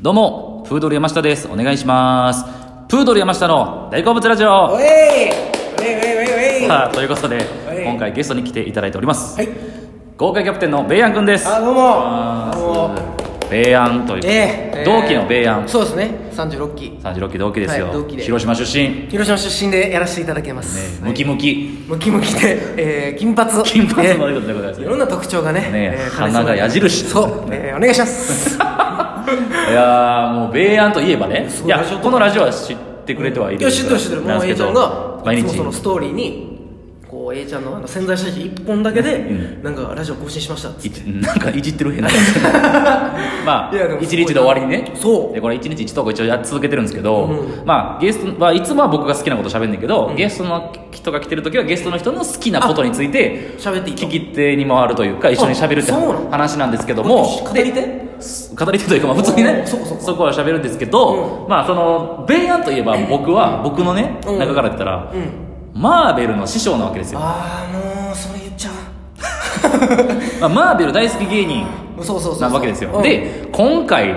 どうも、プードル山下です。お願いします。プードル山下の大好物ラジオおえいうえいうえいうえいさあ、ということで、おい今回ゲストに来ていただいております。はい豪華キャプテンのベイアンくんです。あどうあーもどうもベイアンという、ええ同期のベイアン。そうですね36期36期同期ですよ、はい同期で広島出身、ね広島出身でやらせていただけます、ムキムキ、ムキムキで、えー、金髪金髪のというえことでございます、ーいろんな特徴がねねえー兼ね備わ鼻ってが矢印そう、えーお願いしま すいやーもうベイアンといえばねそういやラジオとかこのラジオは知ってくれてはいるいや知ってる知ってるなもんうです A けちゃどんが毎い日つもそのストーリーにこう A ちゃんのあの潜在写真1本だけで、んなんかラジオ更新しましたっついってなんかいじってる変 なまあいやでもすごいな一日で終わりにねそうでこれ一日一投稿一応やっ続けてるんですけど、うんまあゲストはいつもは僕が好きなこと喋んねんけど、ゲストの人が来てる時はゲストの人の好きなことについて喋っていいと聞き手に回るというか一緒に喋るってあそうなの話なんですけども語り手す語り手というか、まあ、普通にねおーそそうかそうかこは喋るんですけど、まあそのベイアンといえば僕は僕のね、うん中から言ったら、うんマーベルの師匠なわけですよ、ああもうそれ言っちゃまあ、マーベル大好き芸人うそうそうそうなわけですよ、うんで今回、う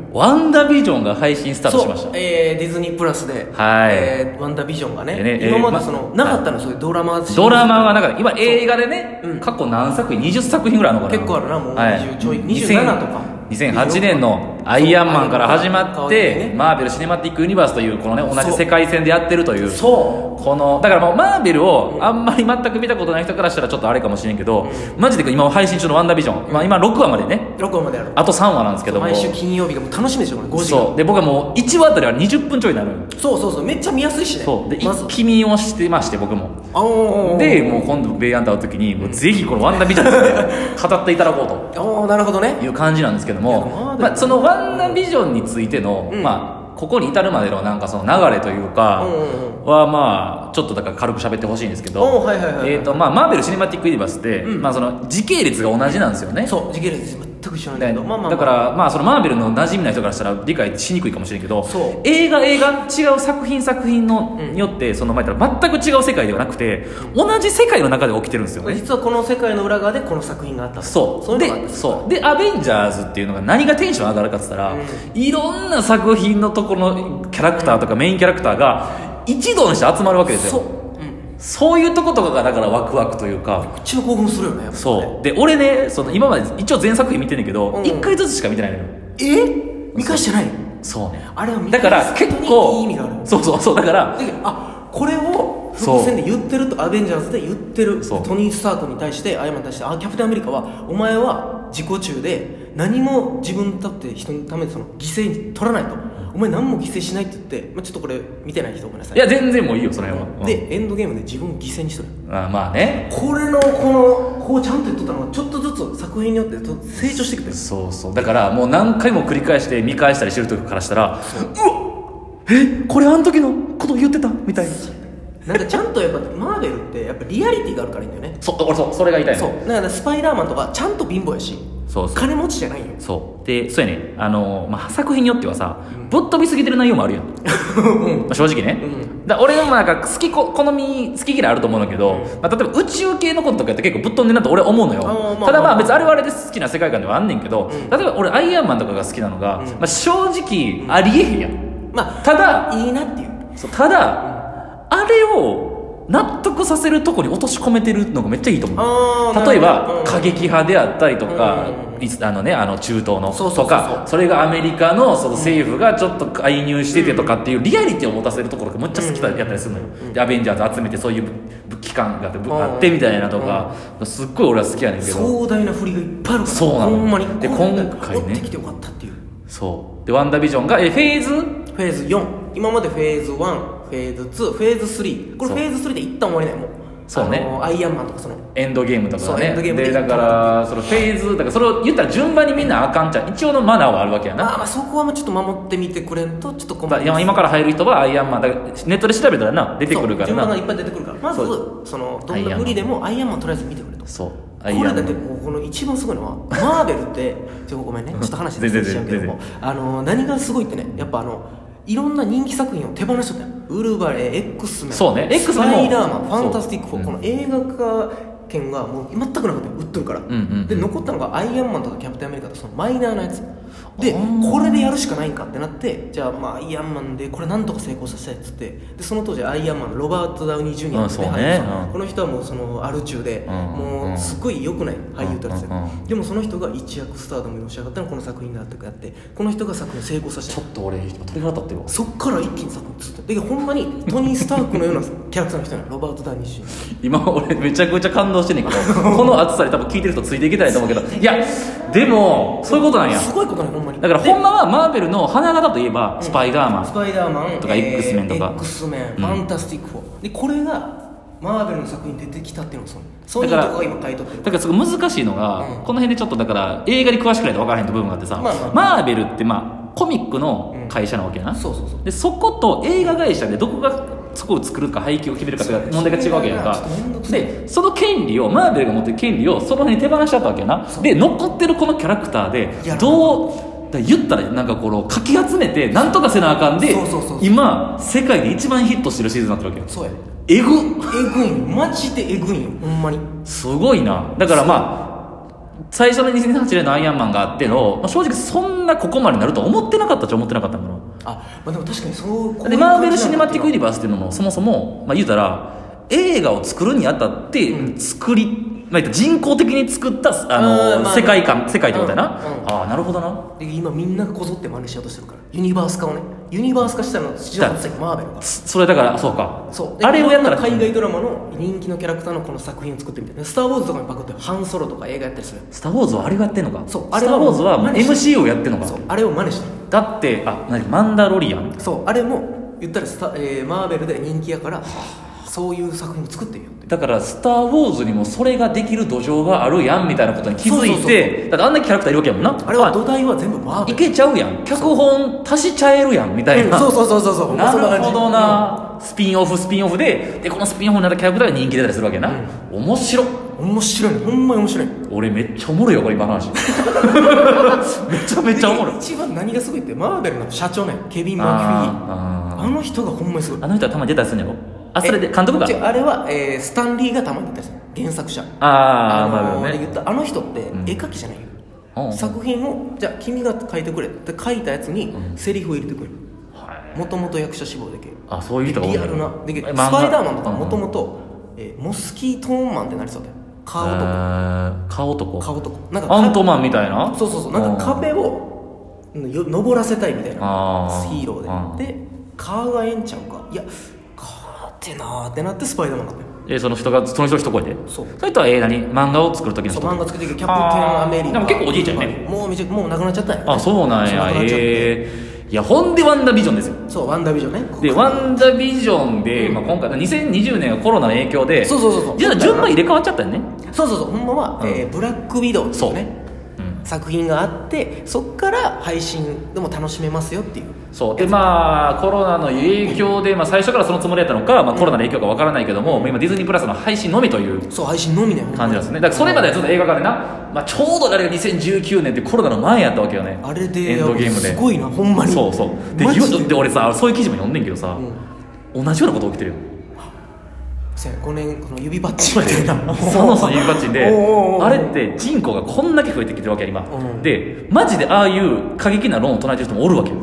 んワンダービジョンが配信スタートしましそうたえーディズニープラスで、はいえーワンダービジョンがねでねえー今までその、まなかったのそういうドラマシリーズドラマはなんか今映画でね、うん過去何作品20作品ぐらいあるのかな結構あるなもう20ちょい2000 27とか2008年のアイアンマンから始まっアイアンマンて、ねマーベル・シネマティック・ユニバースというこのね同そじう世界線でやってるというそうこのだからもうマーベルをあんまり全く見たことない人からしたらちょっとあれかもしれんけど、マジで今配信中の「ワンダービジョン」まあ、今6話までね録音までやろうあと3話なんですけども毎週金曜日がもう楽しみでしょこれ5時そう間で僕はもう1話あたりは20分ちょいになるそうそうそうめっちゃ見やすいしねそうでまず一気見をしてまして僕もあおーでもう今度ベイアンと会う時にもうぜひこのワンダービジョンについて語っていただこうとおーなるほどねいう感じなんですけどもいやまあまあ、そのワンダービジョンについての、うんまあ、ここに至るまでのなんかその流れというかうんうんはまあちょっとだから軽く喋ってほしいんですけど、おーはいはいはいはいえーとまあ、マーベル・シネマティック・ユニバースって、まあ、その時系列が同じなんですよねそう時系列全く一緒なんだだけどまあまあまあだから、まあ、そのマーベルの馴染みない人からしたら理解しにくいかもしれんけどそう映画映画違う作品作品の、うんによってその前から全く違う世界ではなくて同じ世界の中で起きてるんですよね実はこの世界の裏側でこの作品があったそうそういうのがあっでそうでアベンジャーズっていうのが何がテンション上がるかって言ったら、うんいろんな作品のところのキャラクターとかメインキャラクターが一堂にして集まるわけでたすそうようんそういうとことかがだからワクワクというか一応興奮するよねそうで俺ねその今まで一応全作品見てんねんけど、うん一回ずつしか見てないのよえ見返してないそうねあれは見だ返からす結ことにいい構意味があるそうそうそうだからであこれをそう伏線で言ってるとアベンジャーズで言ってるそうトニー・スタークに対してアイアンマンに対してあキャプテンアメリカはお前は自己中で何も自分だって人のためにその犠牲に取らないとお前何も犠牲しないって言って、まあ、ちょっとこれ見てない人ごめんなさいいや全然もういいよその辺は、うんでエンドゲームで自分を犠牲にしとるあまあねこれのこのこうちゃんと言っとったのがちょっとずつ作品によってと成長してきてるそうそうだからもう何回も繰り返して見返したりしてる時からしたらうわえこれあの時のこと言ってたみたいななんかちゃんとやっぱマーベルってやっぱリアリティがあるからいいんだよねそう俺そうそれが言いたいそのうだからスパイダーマンとかちゃんと貧乏やしそうそう金持ちじゃないよそうでそうやねあの、まあ、作品によってはさ、ぶっ飛びすぎてる内容もあるや ん、まあ正直ね、だ俺のなんか好きこ好み好き嫌いあると思うんだけど、まあ、例えば宇宙系のこととかって結構ぶっ飛んでるなと俺は思うのよ、あーまあまあただまあ別にあれはあれで好きな世界観ではあんねんけど、例えば俺アイアンマンとかが好きなのが、まあ、正直ありえへんやん、まあただいいなっていうそうただ、あれを納得させるとこに落とし込めてるのがめっちゃいいと思うあー例えなるほばど過激派であったりとかうんうんうん、いつあのね、あの中東のそうそうそうそうとかそれがアメリカのその政府がちょっと介入しててとかっていうリアリティを持たせるところがめっちゃ好きだやったりするのよ、でアベンジャーズ集めてそういう武器感があってぶうんあってみたいなとか、すっごい俺は好きやねんけど壮大な振りがいっぱいあるからそうなのほんまにでこういうの今回ね持ってきてよかったっていうそうでワンダービジョンがえフェーズフェーズ4今までフェーズ1フェーズ2フェーズ3これそうフェーズ3で一旦終わりないもうそうねあのアイアンマンとかそのエンドゲームとそかうエねンドゲームででだからそのフェーズだからそれを言ったら順番にみんなあかんちゃん一応のマナーはあるわけやなまあまあそこはもうちょっと守ってみてくれんとちょっと困だる今今から入る人はアイアンマンだからネットで調べたらな出てくるから順番がいなっぱい出てくるからまずそそのどアイアンんマなン無理でもアイアンマンとりあえず見てくれとそうアイこアれンマだってンもうこの一番すごいのはマーベルって ちょごめんねちょっと話全然しちゃうけども全あの何がすごいってねやっぱあのいろんな人気作品を手放しとったよウルヴァレン X メンそうね X スメンもパイダーマンフそうァンタスティック4、うんこの映画化権がもう全くなくて売っとるから、んうんで残ったのがアイアンマンとかキャプテンアメリカとかそのマイナーなやつであーこれでやるしかないんかってなってじゃあまあアイアンマンでこれなんとか成功させたいっつってでその当時アイアンマンのロバート・ダウニー・ジュニアうんですそうね俳優さんうんこの人はもうそのアル中で、うんもうすっごい良くない俳優だったんですうんようんでもその人が一躍スターダムにのし上がったのがこの作品だったかってこの人が作品を成功させちたょっと俺今鳥肌立ってるわそっから一気に作品つってでほんまにトニー・スタークのようなキャラクターの人なのロバート・ダウニー・ジュニア今俺めちゃくちゃ感動してんねんけどこの暑さに多分聞いてる人ついていけたいと思うけ どいやでもそういうことなんやすごいことねほんまにだからでほんまはマーベルの花形といえばスパイダーマンスパイダーマンとか X メンとか X メン、うんファンタスティック4でこれがマーベルの作品に出てきたっていうのもそうソニだーかとらかが今買い取ってるだからすごい難しいのが、うんこの辺でちょっとだから映画に詳しくないと分からへんと部分があってさ、まあまあマーベルってまあコミックの会社なわけやな、そうそうそうでそこと映画会社でどこがそこを作るか配給を決めるかとか問題が違うわけやんかそうそうそうでその権利をマーベルが持ってる権利をその辺に手放しちゃったわけやなで残ってるこのキャラクターいでやどうだから言ったらなんかこのかき集めてなんとかせなあかんでそうそうそうそう今世界で一番ヒットしてるシーズンになってるわけよそうやえぐっえぐいんマジでえぐいんよほんまにすごいなだからまあ最初の2008年のアイアンマンがあっての、まあ、正直そんなここまでなるとは思ってなかったっちゃ思ってなかったんだろあまあでも確かにそうこういうでマーベル・シネマティック・ユニババースっていうのもそもそも、まあ、言うたら映画を作るにあたって作り、まあ、言ったら人工的に作ったあのうんまあ世界観世界ってことやな、うんうんああなるほどなで今みんながこぞって真似しようとしてるからユニバース化をねユニバース化したのは史上初だけどマーベルがそそれだからそうかそうであれをやったらいろんな海外ドラマの人気のキャラクターのこの作品を作ってみたいな「スター・ウォーズ」とかにパクってハンソロとか映画やったりするスター・ウォーズはあれをやってんのかそうああれれスタはー・ウォーズはまあ真似して MCU をやってんのかそうあれを真似してるだってあ何マンダロリアンそうあれも言ったらスタ、えーマーベルで人気やからそういう作品を作ってみようってだから「スター・ウォーズ」にもそれができる土壌があるやんみたいなことに気づそういそうそてだってあんなキャラクターいるわけやもんなあれは土台は全部マーベいルけちゃうやん脚本足しちゃえるやんみたいな、うんそうそうそうそうそうなるそんほ感じどな、スピンオフスピンオフででこのスピンオフになったキャラクターが人気出たりするわけやな、面白っ面白いねほんまに面白いね俺めっちゃおもろいよこれ今 の話めちゃめちゃおもろいで一番何がすごいってマーベルの社長ねケビン・マクフィあリーーああの人がほんまにすごいーあの人はたまに出たりするんやろあそれで監督がえ違うあれは、えースタンリーがたまに出たりする原作者あーのーマーベルねあれ言ったあの人ってん絵描きじゃないよ、うん作品をじゃあ君が書いてくれって書いたやつにセリフを入れてくれるはいもともと役者志望だけあそういう人が多いリアルなでスえパイ漫画ダーマンとかうんもともとえーモスキートーンマンってなりそうだよ顔とかえー顔とこ顔とかなんかアントマンみたいなそうそうそうなんか壁をうんよ登らせたいみたいなあーヒーローでで顔がええんちゃうかいや顔ってなーってなってスパイダーマンなんだよえその人がその人一声でそうそれとはえー何漫画を作る時のそ人う漫画作ってるキャプテンアメあリカーでも結構おじいちゃんやねもうめちゃもう亡くなっちゃったんやねあそうなんそうや亡くなっちゃってええいやほんでワンダービジョンですよそうワンダービジョンねでワンダービジョンで、まあ、今回2020年はコロナの影響でそうそうそうそうじゃあ順番入れ替わっちゃったよねそうそうそうほんまは、うんえーブラックビドウっていうねそううん作品があってそっから配信でも楽しめますよっていうそうでまあコロナの影響で、まあ、最初からそのつもりやったのか、まあ、コロナの影響かわからないけども、もう今ディズニープラスの配信のみというそう配信のみねほま感じなんですねだからそれまではちょっと映画館でな、まあ、ちょうどあれが2019年ってコロナの前やったわけよねあれでエンドゲームですごいなほんまにそうそうでマジで言うで俺さそういう記事も読んでんけどさ、同じようなこと起きてるよせや5年この指バッチみたい なそもそも指パッチンで おうおうおうあれって人口がこんだけ増えてきてるわけや今、うんでマジでああいう過激な論を唱えてる人もおるわけよ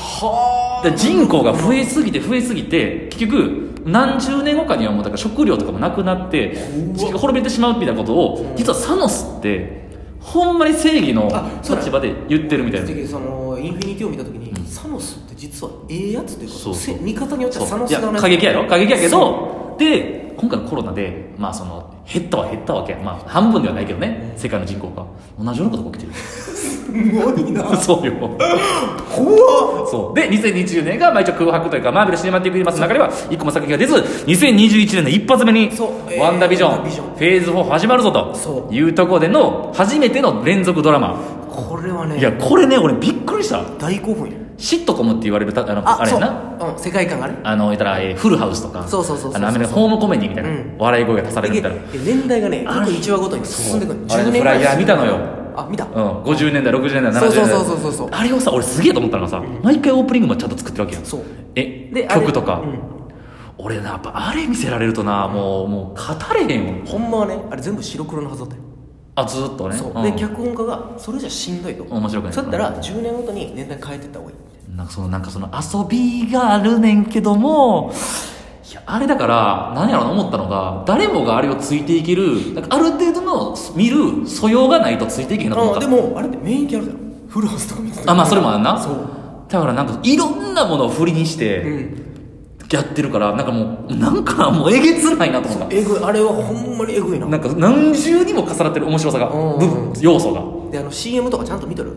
はで人口が増えすぎて増えすぎて結局何十年後かにはもうだから食料とかもなくなって地球が滅びてしまうみたいなことを実はサノスってほんまに正義のあそうだ立場で言ってるみたいなあそのインフィニティを見た時に、サノスって実はええやつというかそうそうせ味方によってはサノスいやが過激やろ過激やけどで今回のコロナでまあその減ったは減ったわけやまあ半分ではないけどね世界の人口が同じようなことが起きてすごいなる そうよ怖っそうで2020年がまあ一応空白というかマーベル・シネマティック・ユニバースの中では一個も作品が出ず2021年の一発目にそう「えーワンダービジョンワ」ンダービジョンフェーズ4始まるぞとそういうところでの初めての連続ドラマこれはねいやこれね俺びっくりした大興奮やシットコムって言われるたあのああれそやうなうん世界観がねあの言ったら、えーフルハウスとかそうそうそうそうそうあのアメリカのホームコメディみたいな、うん笑い声が足されるみたいなで年代がね各1話ごとに進んでくるあれ10年フライヤー見たのよあ見たうん、50年代60年代70年代そうそうそうそうそうあれをさ俺すげえと思ったのがさ、毎回オープニングもちゃんと作ってるわけやんそうえであれ曲とか、うん俺なやっぱあれ見せられるとなもうもう語れへんわほんまはねあれ全部白黒のはずだったよあずーっとねそう、んで脚本家がそれじゃしんどいと面白くないそうやったら10年ごとに年代変えてった方がいいみたいなんかそのなんかその遊びがあるねんけどもいやあれだから何やろうな思ったのが誰もがあれをついていけるなんかある程度の見る素養がないとついていけないなと思っなあたでもあれって免疫あるだろフルハウスとか見てた時あまあそれもあんなそうだからなんかいろんなものを振りにしうてんやってるからなんかもうなんかもうえげつないなと思っえぐいあれはほんまにえぐいたななんか何重にも重なってる面白さがうん部分要素であの CM とかちゃんと見とる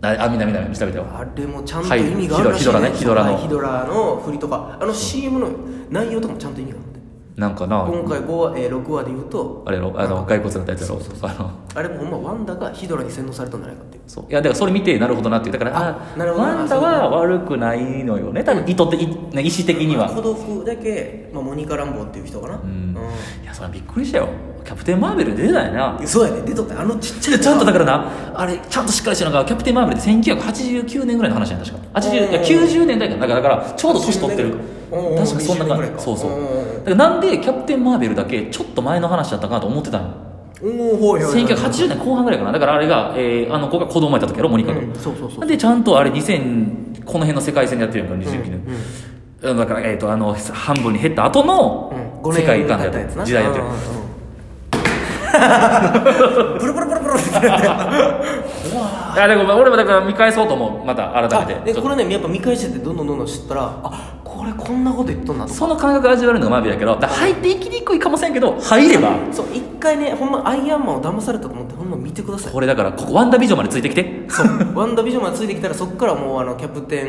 がああ見た見た見た調べたよあれもちゃんはとい意味があるらしい、ヒドラねヒヒドラの振りとかあの CM の内容とかもちゃんと意味があるんでなんかな今回5話、えー、6話で言うとあれやろあの骸骨だったやつやろあのあれもほんまワンダがヒドラに洗脳されたんじゃないかっていうそういやだからそれ見てなるほどなっていうだからああなるほどなワンダは悪くないのよね多分意図的、ね意思的には孤独だけ、まあ、モニカ・ランボーっていう人かなうんいやそれびっくりしたよキャプテン・マーベル出てたよなそうやね出とったあのちっちゃいでちゃんとだからなあれちゃんとしっかりしてるのがキャプテン・マーベルって1989年ぐらいの話やん確か80いや90年代かなだからだからちょうど年取ってるうんうん確かそんな20年ぐらい感かじそうそううんうんうんだからなんでキャプテン・マーベルだけちょっと前の話だったかなと思ってたのおおほいほいほい1980年後半ぐらいかなだからあれが、えーあの子が子供やった時やろモニカが、うんそうそうそうでちゃんとあれ2000この辺の世界線でやってるやんか2009年、うんだから、えー、とあの半分に減った後のうん世界観でだったやっやつてなる時代やってる、うんうんうんブルブルブルブルってなってあでもまあ俺もだから見返そうと思うまた改めてあでちょっことれねやっぱ見返しててどんどんどんどん知ったらあこれこんなこと言っとんなとその感覚味わえるのがマービーだけどだから入っていきにくいかもしれんけど入ればそう一回ねほんまアイアンマンを騙されたと思ってほんま見てくださいこれだからここワンダービジョンまでついてきてそうワンダービジョンまでついてきたらそこからもうあのキャプテン、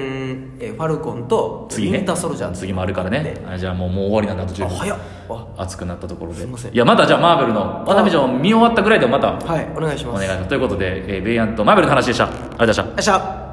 えーファルコンと次ねウィンターソルジャー次もあるからねあじゃあもうもう終わりなんだあと10あ分早っあ熱くなったところですいませんいやまたじゃあマーベルのワンダービジョン見終わったぐらいでまたはいお願いしおます願いしますということで、えー、ベイアンとマーベルの話でしたありがとうございましたよっしゃ